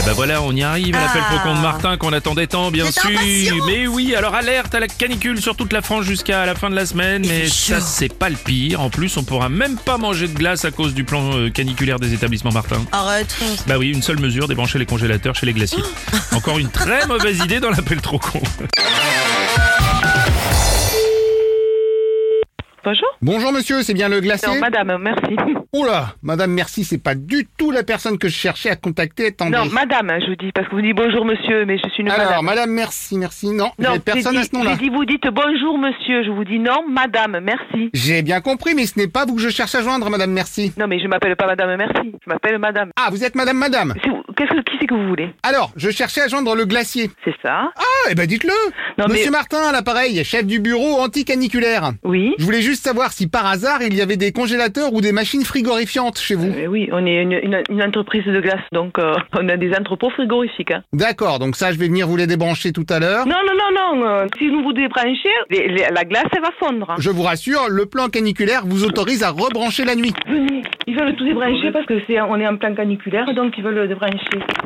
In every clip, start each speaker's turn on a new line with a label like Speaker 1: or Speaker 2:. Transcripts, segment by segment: Speaker 1: Eh ben voilà, on y arrive, à l'appel
Speaker 2: Ah.
Speaker 1: trop con de Martin qu'on attendait tant, bien
Speaker 2: J'étais
Speaker 1: sûr.
Speaker 2: impatiente.
Speaker 1: Mais oui, alors alerte à la canicule sur toute la France jusqu'à la fin de la semaine.
Speaker 2: Il
Speaker 1: Mais
Speaker 2: fait
Speaker 1: ça,
Speaker 2: chaud.
Speaker 1: c'est pas le pire. En plus, on pourra même pas manger de glace à cause du plan euh, caniculaire des établissements Martin.
Speaker 2: Arrête.
Speaker 1: Bah oui, une seule mesure, débrancher les congélateurs chez les glaciers. Encore une très mauvaise idée dans l'appel trop con.
Speaker 3: Bonjour.
Speaker 4: Bonjour monsieur, c'est bien le glacier
Speaker 3: Non, madame, merci.
Speaker 4: Oula, madame merci, c'est pas du tout la personne que je cherchais à contacter, attendez.
Speaker 3: Non, madame, je vous dis, parce que vous dites bonjour, monsieur, mais je suis une
Speaker 4: Alors,
Speaker 3: madame.
Speaker 4: madame merci, merci, non,
Speaker 3: Non,
Speaker 4: j'ai personne
Speaker 3: j'ai
Speaker 4: à
Speaker 3: dit-
Speaker 4: ce nom-là.
Speaker 3: J'ai dit, vous dites bonjour, monsieur. Je vous dis non, madame, merci.
Speaker 4: J'ai bien compris, mais ce n'est pas vous que je cherche à joindre, madame merci.
Speaker 3: Non, mais je m'appelle pas madame, merci. Je m'appelle madame.
Speaker 4: Ah, vous êtes madame madame
Speaker 3: C'est vous- Qu'est-ce que, qui c'est que vous voulez
Speaker 4: Alors, je cherchais à joindre le glacier.
Speaker 3: C'est ça
Speaker 4: Ah, eh ben dites-le
Speaker 3: Non, mais-
Speaker 4: Monsieur Martin, à l'appareil, chef du bureau anti-caniculaire.
Speaker 3: Oui.
Speaker 4: Je voulais juste savoir si par hasard il y avait des congélateurs ou des machines frigorifiantes chez vous.
Speaker 3: Mais Eh oui, on est une, une- une entreprise de glace, donc euh, on a des entrepôts frigorifiques. hein.
Speaker 4: D'accord, donc ça je vais venir vous les débrancher tout à l'heure.
Speaker 3: Non, non, non, non. euh, si nous vous débranchez, les- les- la glace, elle va fondre. hein.
Speaker 4: Je vous rassure, le plan caniculaire vous autorise à rebrancher la nuit.
Speaker 3: Venez, ils veulent tout débrancher parce que c'est on est en plan caniculaire, donc ils veulent le débrancher.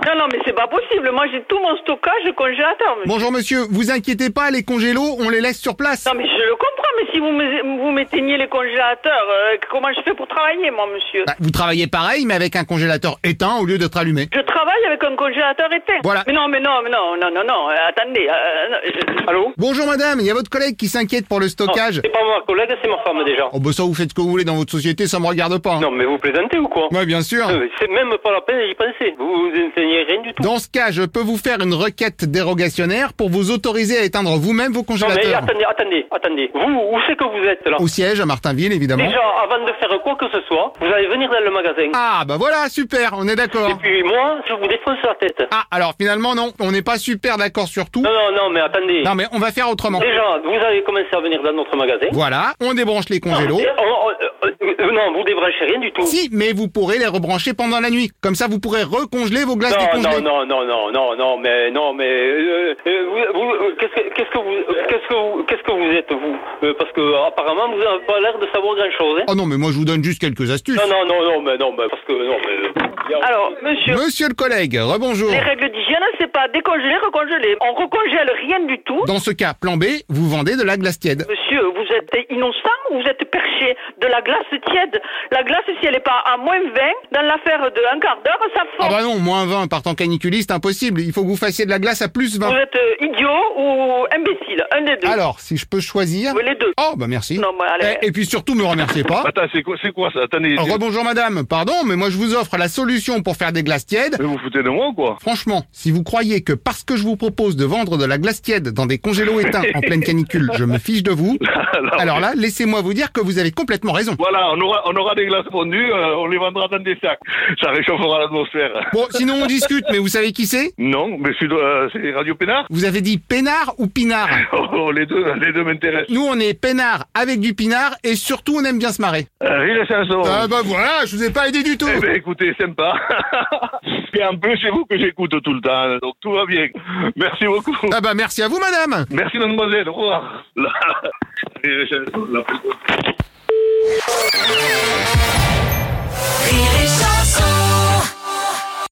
Speaker 5: Non, non, mais c'est pas possible. Moi, j'ai tout mon stockage hein. au congélateur. monsieur.
Speaker 4: Bonjour monsieur, vous inquiétez pas, les congélos, on les laisse sur place.
Speaker 5: Non, mais je le comprends, mais si vous me- vous m'éteignez les congélateurs, euh, comment je fais pour travailler, moi, monsieur
Speaker 4: Bah, vous travaillez pareil, mais avec un congélateur éteint au lieu d'être allumé.
Speaker 5: Je travaille avec un congélateur éteint.
Speaker 4: Voilà.
Speaker 5: Mais non, mais non, mais non, non, non, non. euh, attendez. euh, non, je- Allô
Speaker 4: Bonjour madame, il y a votre collègue qui s'inquiète pour le
Speaker 6: Non,
Speaker 4: stockage.
Speaker 6: C'est pas ma collègue, c'est ma femme déjà.
Speaker 4: Oh bah ça vous faites ce que vous voulez dans votre société, ça me regarde pas. hein.
Speaker 6: Non, mais vous plaisantez ou quoi
Speaker 4: Ouais bien sûr.
Speaker 6: Euh, C'est même pas la peine d'y penser. Vous vous n'enseignez rien du tout.
Speaker 4: Dans ce cas, je peux vous faire une requête dérogationnaire pour vous autoriser à éteindre vous-même vos
Speaker 6: Non, mais
Speaker 4: congélateurs.
Speaker 6: attendez, attendez, attendez. Vous, où c'est que vous êtes là
Speaker 4: Au siège à Martinville, évidemment.
Speaker 6: Déjà, avant de faire quoi que ce soit, vous allez venir dans le magasin.
Speaker 4: Ah bah voilà, super, on est
Speaker 6: Et
Speaker 4: d'accord.
Speaker 6: puis moi, je vous défonce la tête.
Speaker 4: Ah alors finalement non, on n'est pas super d'accord sur tout.
Speaker 6: Non, non, non, mais attendez.
Speaker 4: Non mais on va faire autrement.
Speaker 6: Déjà, vous allez commencer à venir dans notre magasin.
Speaker 4: Voilà, on débranche les congélos.
Speaker 6: Et on- on- euh, euh, non, vous débranchez rien du tout.
Speaker 4: Si, mais vous pourrez les rebrancher pendant la nuit. Comme ça, vous pourrez recongeler vos
Speaker 5: bah,
Speaker 4: glaces
Speaker 6: Non, non,
Speaker 4: décongelées.
Speaker 6: non, non, non, non, non, mais non, mais euh, euh, vous, vous, euh, qu'est-ce que qu'est-ce que vous euh, qu'est-ce que vous qu'est-ce que vous êtes vous Euh, Parce que euh, apparemment vous n'avez pas l'air de savoir grand-chose. Hein
Speaker 4: Oh non, mais moi, je vous donne juste quelques astuces.
Speaker 6: non, non, non, non, mais non, mais parce que non, mais euh,
Speaker 5: Alors, monsieur,
Speaker 4: Monsieur le collègue, rebonjour.
Speaker 5: les règles d'hygiène, c'est pas décongeler, recongeler. On recongèle rien du tout.
Speaker 4: Dans ce cas, plan B, vous vendez de la glace tiède.
Speaker 5: Monsieur, vous êtes innocent ou vous êtes perché de la glace tiède La glace, si elle n'est pas à moins 20, dans l'affaire de un quart d'heure, ça fond.
Speaker 4: Ah bah non, moins 20, par temps caniculiste, impossible. Il faut que vous fassiez de la glace à plus 20.
Speaker 5: Vous êtes euh, idiot ou imbécile, un des deux.
Speaker 4: Alors, si je peux choisir...
Speaker 5: Oui, les deux.
Speaker 4: Oh, bah merci.
Speaker 5: Non, mais allez.
Speaker 4: Eh, et, puis surtout, me remerciez pas.
Speaker 7: Attends, c'est quoi, c'est quoi ça Attendez,
Speaker 4: Oh, Rebonjour madame, pardon, mais moi je vous offre la solution pour faire des glaces tièdes.
Speaker 7: mais vous foutez de moi ou quoi
Speaker 4: Franchement, si vous croyez que parce que je vous propose de vendre de la glace tiède dans des congélos éteints en pleine canicule, je me fiche de vous,
Speaker 7: Alors,
Speaker 4: alors là, laissez-moi vous dire que vous avez complètement raison.
Speaker 7: Voilà, on aura, on aura des glaces fondues, euh, on les vendra dans des sacs. Ça réchauffera l'atmosphère.
Speaker 4: Bon, sinon on discute, mais vous savez qui c'est
Speaker 7: Non, mais je suis de- euh, c'est Radio Pénard
Speaker 4: Vous avez dit peinard ou pinard
Speaker 7: Oh, oh, les deux, les deux m'intéressent.
Speaker 4: Nous, on est peinard avec du pinard et surtout, on aime bien se marrer.
Speaker 7: Euh, Rire et chanson.
Speaker 4: Ah bah voilà, je vous ai pas aidé du tout.
Speaker 7: Eh ben, écoutez, sympa. Et en plus, c'est vous que j'écoute tout le temps, donc tout va bien. Merci beaucoup.
Speaker 4: Ah bah merci à vous, madame.
Speaker 7: Merci, mademoiselle. Au revoir. Rire et chanson, la plus-